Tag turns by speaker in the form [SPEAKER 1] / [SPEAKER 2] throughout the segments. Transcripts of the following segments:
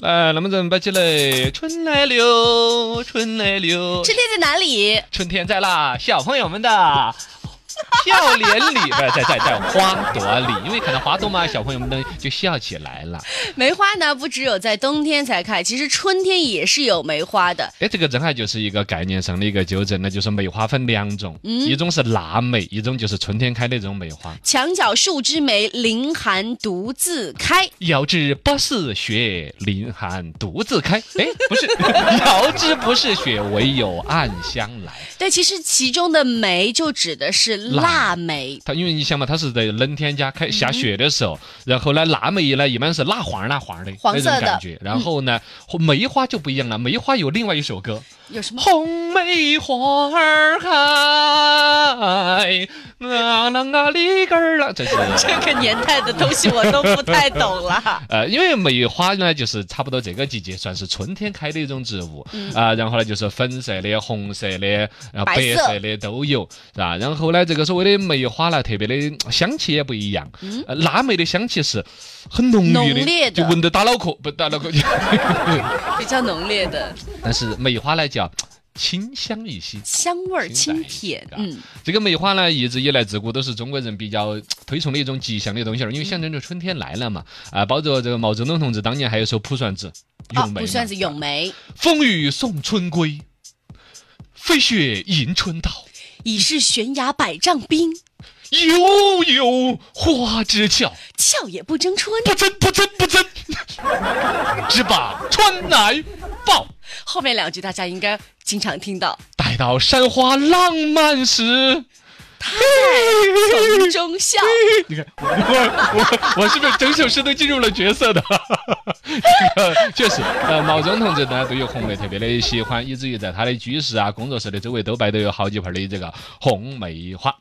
[SPEAKER 1] 哎，那么咱们摆起来，春来了，春来了，
[SPEAKER 2] 春天在哪里？
[SPEAKER 1] 春天在啦，小朋友们的笑脸里，不是在在在花朵里，因为看到花朵嘛，小朋友们呢就笑起来了。
[SPEAKER 2] 梅花呢，不只有在冬天才开，其实春天也是有梅花的。
[SPEAKER 1] 哎，这个正好就是一个概念上的一个纠正，那就是梅花分两种，一种是腊梅，一种就是春天开的这种梅花。
[SPEAKER 2] 墙角数枝梅，凌寒独自开。
[SPEAKER 1] 遥知不是雪，凌寒独自开。哎，不是， 遥知不是雪，唯有暗香来。
[SPEAKER 2] 对，其实其中的梅就指的是腊梅。
[SPEAKER 1] 它因为你想嘛，它是在冷天家开下雪的时候，然后呢，腊梅呢一般是蜡黄蜡黄的
[SPEAKER 2] 嗯黄色的嗯
[SPEAKER 1] 那种感觉，然后呢，梅花就不一样了，梅花有另外一首歌，
[SPEAKER 2] 有什么？
[SPEAKER 1] 红梅花儿开，啊啷啊里个儿啦，这是。
[SPEAKER 2] 这个年代的东西我都不太懂了。
[SPEAKER 1] 呃，因为梅花呢，就是差不多这个季节算是春天开的一种植物啊、然后呢，就是粉色的、红色的、呃、
[SPEAKER 2] 嗯白
[SPEAKER 1] 白
[SPEAKER 2] 色
[SPEAKER 1] 色的都有，是吧？然后呢，这个所谓的梅花呢，特别的呃香气也不一样。呃腊梅的香气是很浓郁的，
[SPEAKER 2] 嗯浓烈的
[SPEAKER 1] 就闻得打脑壳，不打脑壳。
[SPEAKER 2] 比较浓烈的
[SPEAKER 1] 但是梅花呢，叫清香一些。
[SPEAKER 2] 香味儿
[SPEAKER 1] 清
[SPEAKER 2] 清
[SPEAKER 1] 淡
[SPEAKER 2] 甜，
[SPEAKER 1] 嗯
[SPEAKER 2] 嗯，，
[SPEAKER 1] 这个梅花呢，一直以来自古都是中国人比较呃推崇的一种吉祥的东西儿，因为象征着春天来了嘛。啊，包括这个毛泽东同志当年还有一首《卜算子》，咏
[SPEAKER 2] 啊，
[SPEAKER 1] 梅嘛。
[SPEAKER 2] 不算是咏梅，
[SPEAKER 1] 风雨送春归，飞雪迎春到。
[SPEAKER 2] 已是悬崖百丈冰，
[SPEAKER 1] 悠悠花枝俏，
[SPEAKER 2] 俏也不争春。
[SPEAKER 1] 不争不争不争， 只把春来报。
[SPEAKER 2] 后面两句大家应该经常听 到，
[SPEAKER 1] 待到山花浪漫时，
[SPEAKER 2] 从中笑。
[SPEAKER 1] 你看我我我我是不是整首诗都进入了角色的？ 这个确实，呃，毛泽东同志呢对于红梅特别的喜欢，以至于在他的居室啊、工作室的周围都摆都有好几盆的这个红梅花。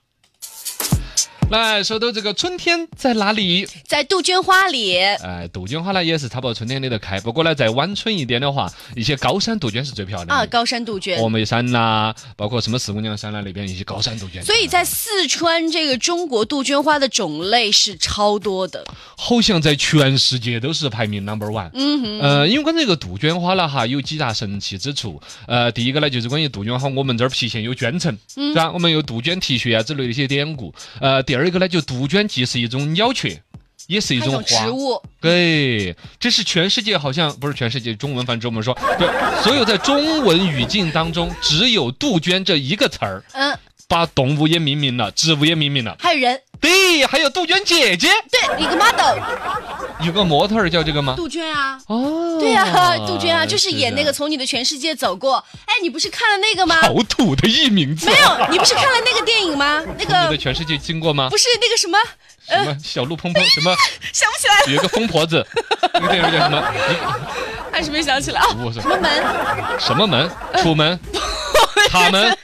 [SPEAKER 1] 来，说到这个春天在哪里？
[SPEAKER 2] 在杜鹃花里，
[SPEAKER 1] 呃，杜鹃花呢也是差不多春天里头开，不过呢，在晚春一点的话，一些高山杜鹃是最漂亮的。
[SPEAKER 2] 啊，高山杜鹃。
[SPEAKER 1] 峨眉山呐、包括什么四姑娘山呐、那边一些高山杜鹃。
[SPEAKER 2] 所以在四川，这个中国杜鹃花的种类是超多的。
[SPEAKER 1] 好像在全世界都是排名 number one。
[SPEAKER 2] 嗯哼，
[SPEAKER 1] 呃，因为关于这个杜鹃花呢，哈，有几大神奇之处。呃，第一个呢，就是关于杜鹃花，我们这儿郫县有捐城，
[SPEAKER 2] 嗯
[SPEAKER 1] 是吧？我们有杜鹃啼血啊之类的一些典故。呃，第二个呢，就杜鹃既是一种鸟雀，也是一
[SPEAKER 2] 它一
[SPEAKER 1] 种
[SPEAKER 2] 种
[SPEAKER 1] 花
[SPEAKER 2] 植。物，
[SPEAKER 1] 对，这是全世界好像不是全世界中文，反正我们说，对，所有在中文语境当中，只有杜鹃这一个词儿，
[SPEAKER 2] 嗯，
[SPEAKER 1] 把动物也命名了，植物也命名了。
[SPEAKER 2] 还有人，
[SPEAKER 1] 对，还有杜鹃姐姐，
[SPEAKER 2] 对，一个 model
[SPEAKER 1] 有个模特儿叫这个吗？
[SPEAKER 2] 杜鹃啊。
[SPEAKER 1] 哦，呃
[SPEAKER 2] 对啊，杜鹃啊，就是演那个《
[SPEAKER 1] 的
[SPEAKER 2] 从你的全世界走过》。哎，你不是看了那个吗？
[SPEAKER 1] 好土的艺名字
[SPEAKER 2] 没。有，你不是看了那个电影吗？
[SPEAKER 1] 你
[SPEAKER 2] 那
[SPEAKER 1] 的
[SPEAKER 2] 个
[SPEAKER 1] 全世界经过吗？
[SPEAKER 2] 不是那个什么，
[SPEAKER 1] 什么小鹿砰砰？什么
[SPEAKER 2] 想不起来了，
[SPEAKER 1] 有一个疯婆 子？那个电影叫什么？
[SPEAKER 2] 还是没想起来啊。
[SPEAKER 1] 我是
[SPEAKER 2] 什么门？
[SPEAKER 1] 什么门？
[SPEAKER 2] 呃
[SPEAKER 1] 楚门？塔门？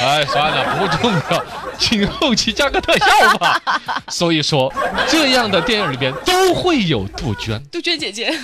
[SPEAKER 1] 哎，算了，不重 要，请后期加个特效吧。所以说，这样的电影里边都会有杜鹃。
[SPEAKER 2] 杜鹃姐姐，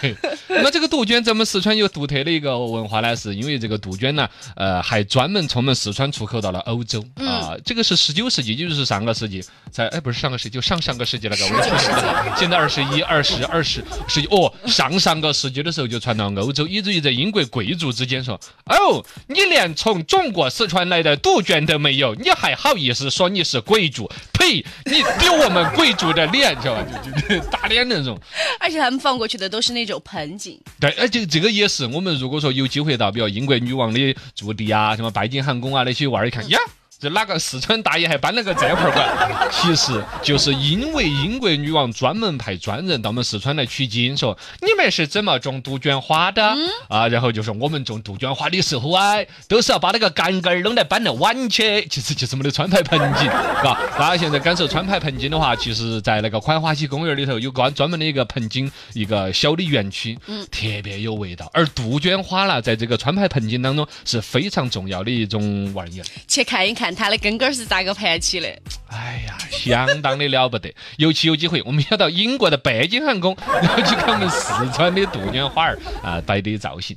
[SPEAKER 1] 对，那这个杜鹃，咱们四川有独特的一个文化呢，是因为这个杜鹃呢，呃，还专门从我们四川出口到了欧洲啊、这个是十九世纪，也就是上个世纪，在哎不是上个世纪，就上上个世纪那个，我
[SPEAKER 2] 19世
[SPEAKER 1] 们 现在二十一、二十、二十、十一哦，上上个世纪的时候就传到欧洲，以至于在英国贵族之间说，哦，你连从中国四川来的杜鹃都没有，你还好意思说你是贵族？呸！你丢我们贵族的脸，知道吧？ 就就就打脸那种。
[SPEAKER 2] 而且他们放过去的都是那种盆景，
[SPEAKER 1] 对，哎，这个这个也是，我们如果说有机会到，比如英国女王的驻地啊，什么拜金汉宫啊那些玩儿一看，呀，这哪个四川大爷还搬了个这块儿过来？其实就是因为英国女王专门派专人到我们四川来取经，说你们是怎么种杜鹃花的、啊？然后就说我们种杜鹃花的时候哎，都是要把那个杆杆儿弄来搬来碗去，其实就是我们的川派盆景，嘎。大家现在感受川派盆景的话，其实在那个宽花溪公园里头有个专门的一个盆景一个小的园区，特别有味道。而杜鹃花啦，在这个川派盆景当中是非常重要的一种玩意儿。
[SPEAKER 2] 去看一看它的根根儿是咋个盘起的。
[SPEAKER 1] 哎呀，相当的了不得！尤其有机会，我们 要到英国的北京汉宫，然后去看我们四川的杜鹃花儿啊摆的造型。